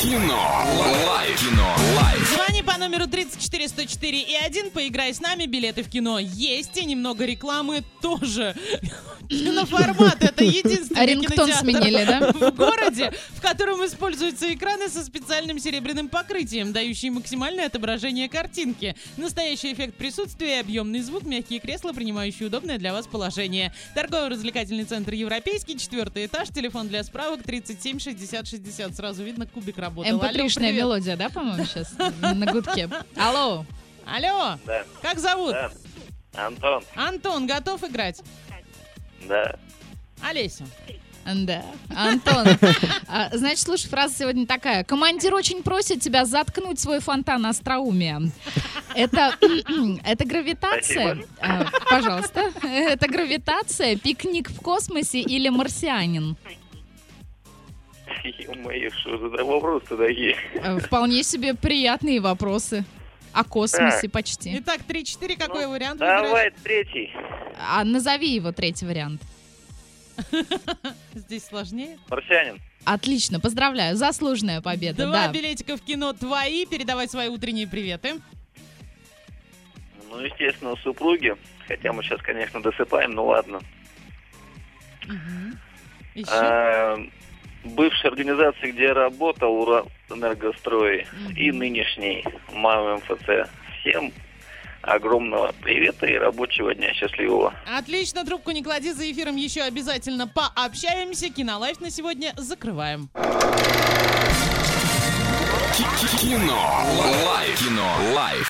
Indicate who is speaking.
Speaker 1: Кино. Лайф. Кино. Лайф.
Speaker 2: Звони по номеру 34 104 и 1, поиграй с нами, билеты в кино есть, и немного рекламы тоже. Киноформат — это единственный
Speaker 3: А рингтон
Speaker 2: кинотеатр
Speaker 3: сменили, да?
Speaker 2: в городе, в котором используются экраны со специальным серебряным покрытием, дающие максимальное отображение картинки. Настоящий эффект присутствия, объемный звук, мягкие кресла, принимающие удобное для вас положение. Торгово-развлекательный центр «Европейский», четвертый этаж, телефон для справок 37 60 60. Сразу видно, кубик работал. Алло,
Speaker 3: МП3-шная
Speaker 2: привет.
Speaker 3: мелодия, да, по-моему, сейчас на гудке? Алло,
Speaker 2: Алло,
Speaker 4: Да,
Speaker 2: как зовут?
Speaker 4: да. Антон,
Speaker 2: Антон, готов играть?
Speaker 4: да.
Speaker 2: Олеся.
Speaker 3: да, Антон. А, Значит, слушай, фраза сегодня такая. Командир очень просит тебя заткнуть свой фонтан остроумия. Это, это гравитация?
Speaker 4: Спасибо.
Speaker 3: А, Пожалуйста. Это гравитация, пикник в космосе или марсианин?
Speaker 4: Ё-моё, что за вопросы такие?
Speaker 3: А, Вполне себе приятные вопросы. О космосе почти.
Speaker 2: Итак, 3-4, какой вариант выбираешь?
Speaker 4: Ну, Давай третий.
Speaker 3: А назови его третий вариант.
Speaker 2: Здесь сложнее.
Speaker 4: Марсианин.
Speaker 3: Отлично, поздравляю, заслуженная победа.
Speaker 2: Два
Speaker 3: да.
Speaker 2: билетика в кино твои. Передавай свои утренние приветы.
Speaker 4: Ну, естественно, супруги. Хотя мы сейчас, конечно, досыпаем, ну ладно.
Speaker 2: Мгм. Еще.
Speaker 4: А, бывшей организации, где я работал, Уралэнергострой, и нынешней МАУ МФЦ. Всем огромного привета и рабочего дня. Счастливого.
Speaker 2: Отлично, трубку не клади, за эфиром еще обязательно пообщаемся. Кинолайф на сегодня закрываем.
Speaker 1: Кино. Лайф. Кино. Лайф.